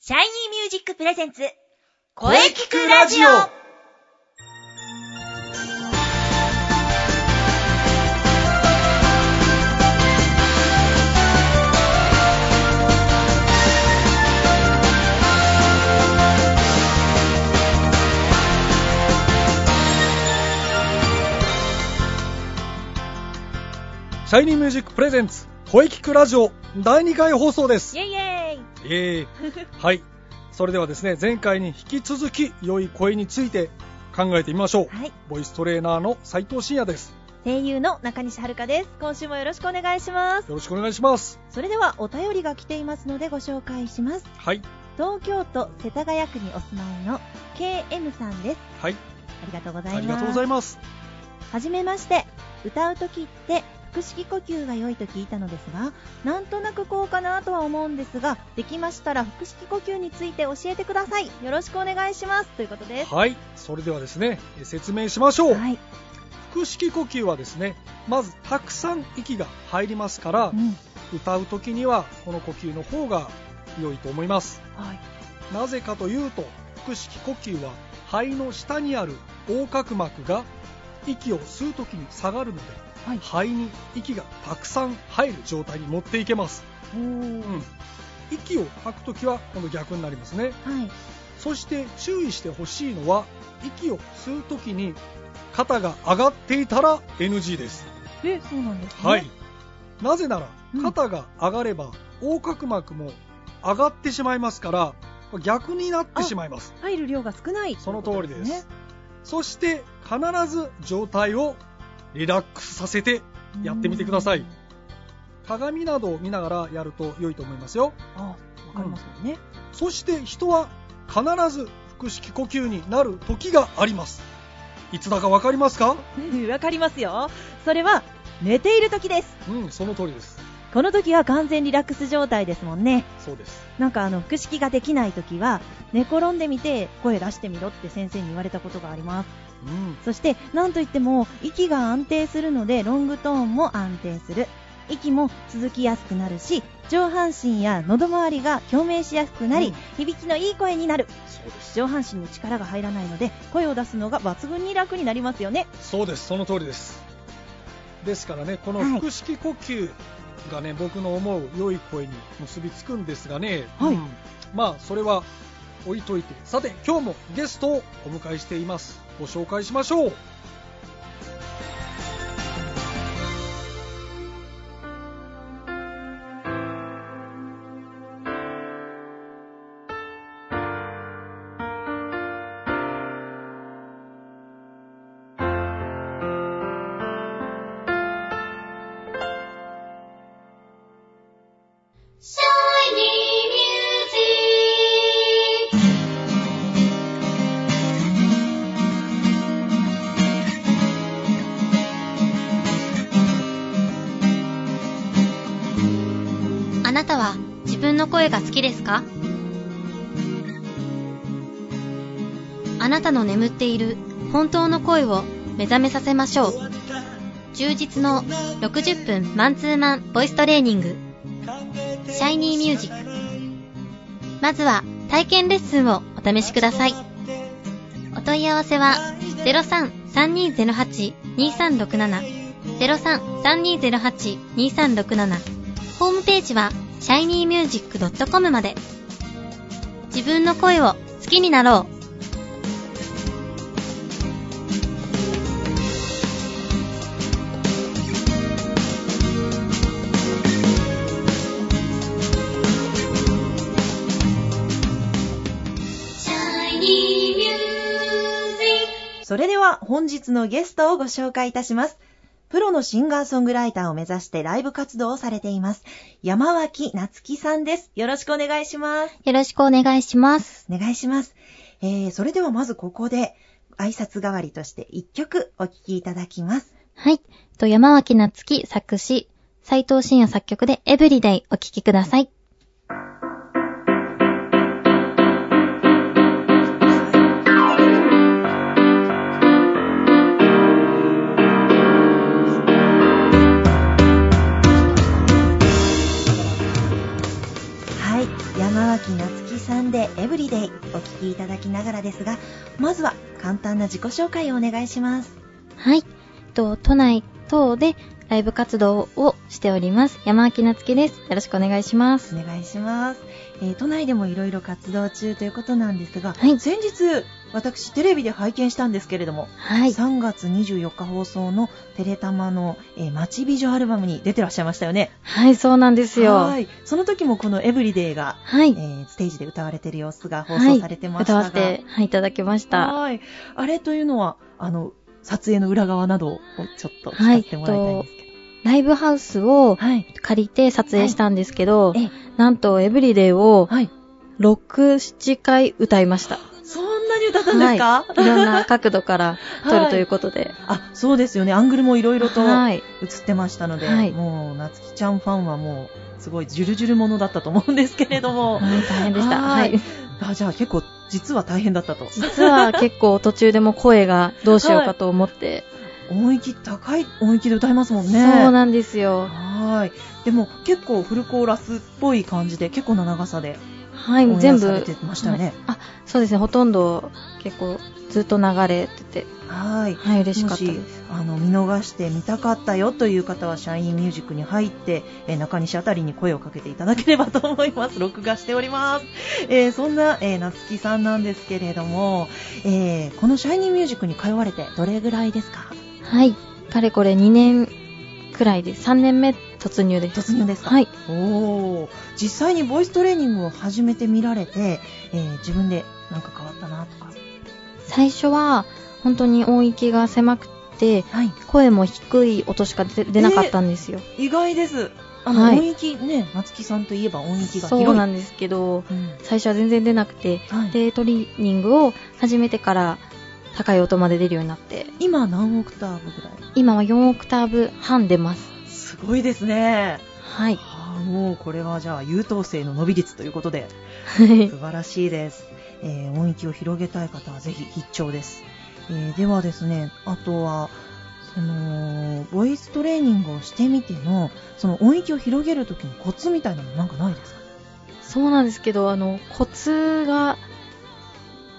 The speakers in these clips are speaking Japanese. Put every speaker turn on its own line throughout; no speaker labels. シャイニーミュージックプレゼンツ、
声聞くラジオシャイニーミュージックプレゼンツ声聞くラジオ第2回放送です
イェイイェイ
えーはいそれではですね前回に引き続き良い声について考えてみましょう
はい、
ボイストレーナーの斉藤真也です
声優の中西遥です。今週もよろしくお願いします。
よろしくお願いします
それではお便りが来ていますのでご紹介します。
はい
東京都世田谷区にお住まいの KM さんです。
はい
ありがとうございます。
ありがとうございます
はじめまして歌う時って腹式呼吸が良いと聞いたのですがなんとなくこうかなとは思うんですができましたら腹式呼吸について教えてくださいよろしくお願いしますということです
はいそれではですねえー説明しましょう、
い、
腹式呼吸はですねまずたくさん息が入りますから、
うん
歌う時にはこの呼吸の方が良いと思います
はい、
なぜかというと腹式呼吸は肺の下にある横隔膜が息を吸う時に下がるので、
はい
肺に息がたくさん入る状態に持っていけます、
おー
うん、息を吐く時は今度逆になりますね
はい
そして注意してほしいのは息を吸う時に肩が上がっていたら NG です、
えそうなんですね
はいなぜなら
うん
肩が上がれば横隔膜も上がってしまいますから逆になってしまいます
入る量が少ない
その通りです
という
そして必ず状態をリラックスさせて
ことですね
やってみてください
うん
鏡などを見ながらやると良いと思いますよ
あわかりますもんね、
そして人は必ず腹式呼吸になる時がありますいつだか分かりますか
わかりますよそれは寝ている時です
うんその通りです
この時は完全リラックス状態ですもんね
そうです
なんかあの腹式ができない時は寝転んでみて声出してみろって先生に言われたことがあります
うん
そしてなんといっても息が安定するのでロングトーンも安定する息も続きやすくなるし上半身や喉周りが共鳴しやすくなり、
うん
響きのいい声になる
そうです
上半身に力が入らないので声を出すのが抜群に楽になりますよね
そうですその通りですですからねこの
はい
腹式呼吸がね、僕の思う良い声に結びつくんですがね、
はい
うんまあそれは置いといてさて今日もゲストをお迎えしていますご紹介しましょう
あなたは自分の声が好きですかあなたの眠っている本当の声を目覚めさせましょう充実の60分マンツーマンボイストレーニングシャイニーミュージックまずは体験レッスンをお試しくださいお問い合わせは0332082367 0332082367ホームページは shinymusic.com まで。自分の声を好きになろう。Shiny Music
それでは本日のゲストをご紹介いたします。プロのシンガーソングライターを目指してライブ活動をされています。山脇夏樹さんです。よろしくお願いします。
よろしくお願いします。
お願いします。えー、それではまずここで挨拶代わりとして一曲お聴きいただきます。
はい。と山脇夏樹作詞、斉藤慎也作曲でエブリデイお聴きください。
はい。山脇夏樹さんデーエブリデイお聞きいただきながらですが、まずは簡単な自己紹介をお願いします。
はい。と、都内等でライブ活動をしております。山明夏樹です。よろしくお願いします。
お願いします。えー都内でもいろいろ活動中ということなんですが、
はい
先日私テレビで拝見したんですけれども、
はい。
3月24日放送のテレタマの、えー、街美女アルバムに出てらっしゃいましたよね。
はい、そうなんですよ。
は
は
ー
い。
い。その時もこのエブリデイが、
は
え
い。
ーステージで歌われてる様子が放送されてました
歌
が、
わせて、はい、いただきました。
はい。あれというのは、あの、撮影の裏側などをちょっと聞かせてもらいたいんですけど。
ライブハウスを
はい。
借りて撮影したんですけど、
え、
なんとエブリデイを
はい。
6、7回歌いました。
そんなに歌ったんですか、
いろんな角度から撮
は
る
い
ということで。
あ、そうですよね。アングルもいろいろと映
はい。
ってましたので、
はい
もう、なつきちゃんファンはもう、すごいジュルジュルものだったと思うんですけれども。
はい大変でした。
は
はいい。
あじゃあ結構、実は大変だったと。
実は結構途中でも声がどうしようかと思って。
音域、高い音域で歌いますもんね。
そうなんですよ。
はーい。でも結構フルコーラスっぽい感じで、結構な長さで
はい、
応
全
援され
部
て。ましたよね。
あ、そうですね、ほとんど結構ずっと流れてて、
はーい。
はい、嬉しか
も
ったで
し
す。
あの見逃して見たかったよという方はシャインミュージックに入って、えー中西あたりに声をかけていただければと思います 録画しております、えーそんな、えー、夏希さんなんですけれども、えーこのシャイニーミュージックに通われてどれぐらいですか
はい、かれこれ2年くらいです。3年目突入です。
突入ですか
はい。
おお実際にボイストレーニングを始めてみられて、えー自分でなんか変わったなとか
最初は、本当に音域が狭くて、
はい
声も低い音しか出出なかったんですよ。
意外ですあの、
はい
音域ね夏希さんといえば音域が広い
そうなんですけど、
うん
最初は全然出なくて、
はい
で、トレーニングを始めてから、高い音まで出るようになって、
今何オクターブぐらい
今は4オクターブ半出ます。
すごいですね。
はい。
ああもうこれはじゃあ優等生の伸び率ということで素晴らしいです。えー音域を広げたい方はぜひ必聴です。えーではですね、あとは、その、ボイストレーニングをしてみての、その音域を広げるときのコツみたいなのなんかないですか
そうなんですけど、あの、コツが、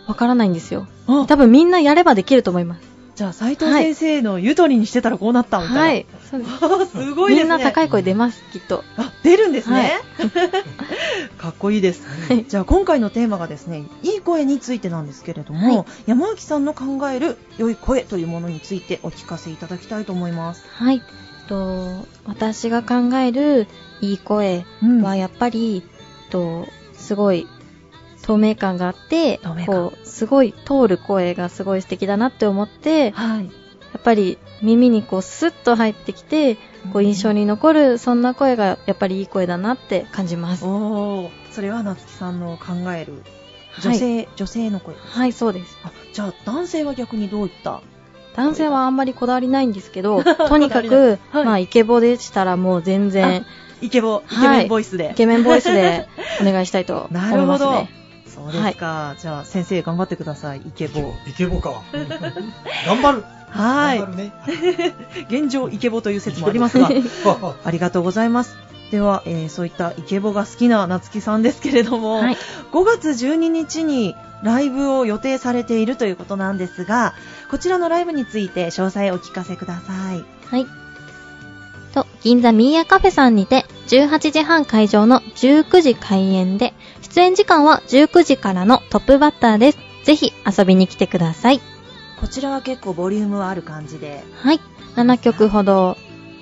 わからないんですよ。
あ
多分みんなやればできると思います。
じゃあ斉藤先生の言う通りにしてたらこうなったみたいな。
は。い。そうです。
あー すごい
み
ですね。
んな高い声出ます、きっと。
あ、出るんですね。 かっこいいです。
い
じゃあ今回のテーマがですね、いい声についてなんですけれども、
は
山脇さんの考える良い声というものについてお聞かせいただきたいと思います。
はい。と、私が考えるいい声
うん
はやっぱり、と、すごい、透明感があって
透明、感
こう、すごい通る声がすごい素敵だなって思って、や
はい。
っぱり耳にこうスッと入ってきて、こう印象。に残る、そんな声がやっぱりいい声だなって感じます。
お
は
お、それは夏木さんの考える女
い。
性、女性の声。
はい、そうです。
あ、じゃあ男性は逆にどういった
男性はあんまりこだわりないんですけど、とにか
こだわりない
く、
はい
まあ、イケボでしたらもう全然、
イケボ、イケ
は
メ
い
ンボイスで。
イケメンボイ スでお願いしたいと思
ないる
ま
ほ
す
ど
ね。。
そうですか。じゃあ先生頑張ってください。イケボ。
イケボ か。頑張る。
はい
頑張。るね。
現状イケボという説もあり ますが
は
ありがとうございますでは、えーそういったイケボが好きな夏木さんですけれども、
はい。
5月12日にライブを予定されているということなんですがこちらのライブについて詳細お聞かせください
はい。と、銀座ミーヤカフェさんにて、18時半会場の19時開演で、出演時間は19時からのトップバッターです。ぜひ遊びに来てください。
こちらは結構ボリュームはある感じで
はい。7曲ほど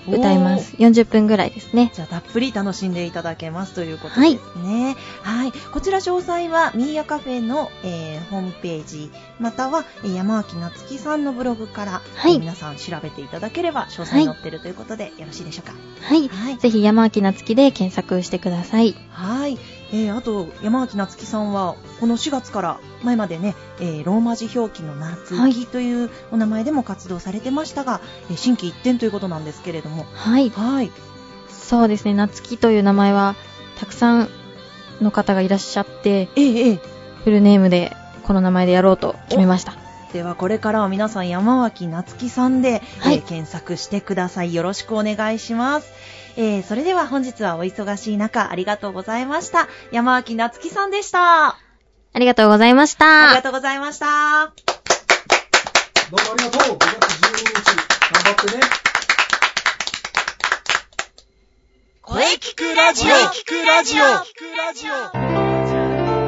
歌います。40分ぐらいですね。
じゃあたっぷり楽しんでいただけますということですね。はい。こちら詳細は、ミーヤカフェの、えーホームページ、または、えー山脇夏樹さんのブログから、
はい
えー皆さん調べていただければ、詳細載ってるということで、よろしいでしょうか。
はい。
はい。
ぜひ山脇夏樹で検索してください。
はい。えーあと、山脇夏樹さんは、この4月から、前までね、えーローマ字表記の夏樹というお名前でも活動されてましたが、えー新規一転ということなんですけれども、
はい。
はい。
そうですね、夏希という名前は、たくさんの方がいらっしゃって、
えーえー
フルネームで、この名前でやろうと決めました。
ではこれからは皆さん山脇夏樹さんで、
はい
えー検索してくださいよろしくお願いします、えーそれでは本日はお忙しい中ありがとうございました山脇夏樹さんでした
ありがとうございまし
あり
た
が。とうございました。
どうもありがとう。5月15日、頑張ってね。
声聞くラ
声聞くラジオ。ラジオ。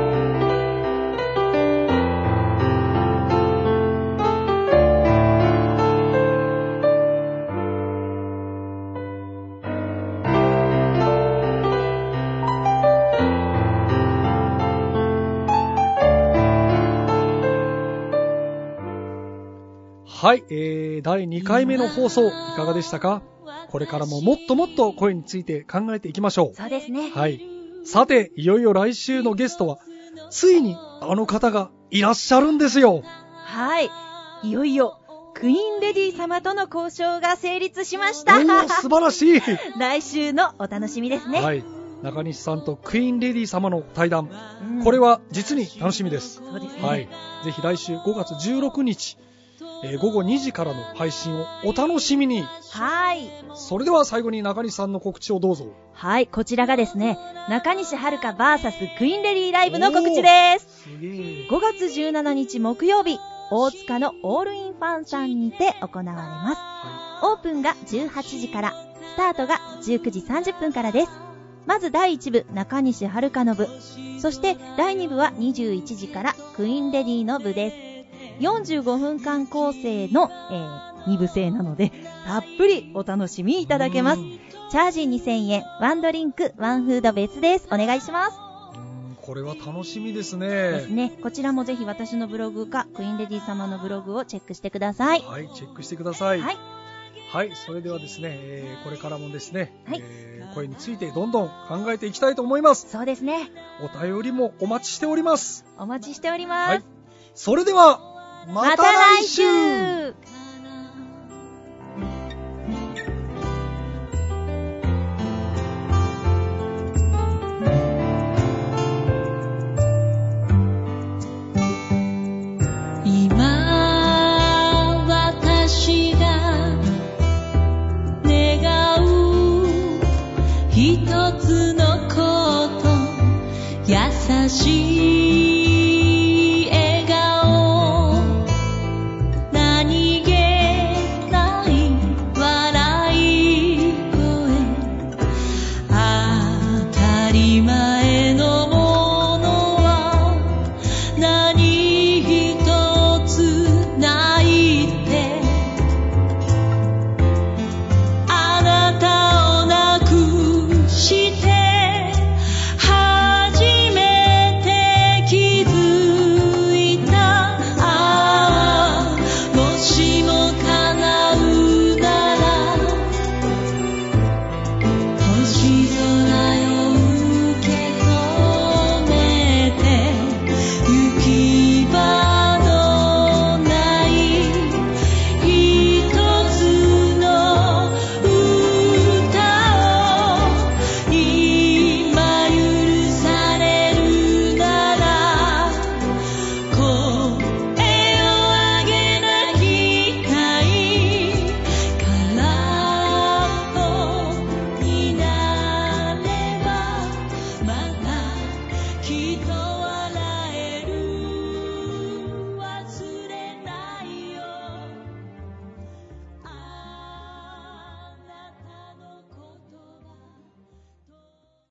はい、えー、第2回目の放送いかがでしたかこれからももっともっと声について考えていきましょ
そうですね
う。。はい。さて、いよいよ来週のゲストは、ついにあの方がいらっしゃるんですよ。
はい。いよいよ、クイーンレディ様との交渉が成立しまし
お
た。
ー、素晴らしい。
来週のお楽しみですね。
はい。中西さんとクイーンレディー様の対談、
うん
これは実に楽しみです。
そうですね。
はい。ぜひ来週5月16日、えー午後2時からの配信をお楽しみに。
はい。
それでは最後に中西さんの告知をどうぞ。
はい、こちらがですね、中西遥香 VS クイーンレディライブの告知です。
すげえ。
5月17日木曜日、大塚のオールインファンさんにて行われます。オープンが18時から、スタートが19時30分からです。まず第1部、中西遥香の部。そして第2部は21時から、クイーンレディの部です。45分間構成の、え2部制なので、たっぷりお楽しみいただけます
う。ん。
チャージ2000円、ワンドリンク、ワンフード別です。お願いします。
これは楽しみです
です
ね。
ね。こちらもぜひ私のブログか、クイーンレディ様のブログをチェックしてください。
はい、チェックしてください。
は
はいい、それではですね、えーこれからもですね、
はい
えー声についてどんどん考えていきたいと思います。
そうですね。
お便りもお待ちしております。
お待ちしております。
はい。それでは、また来週
また来週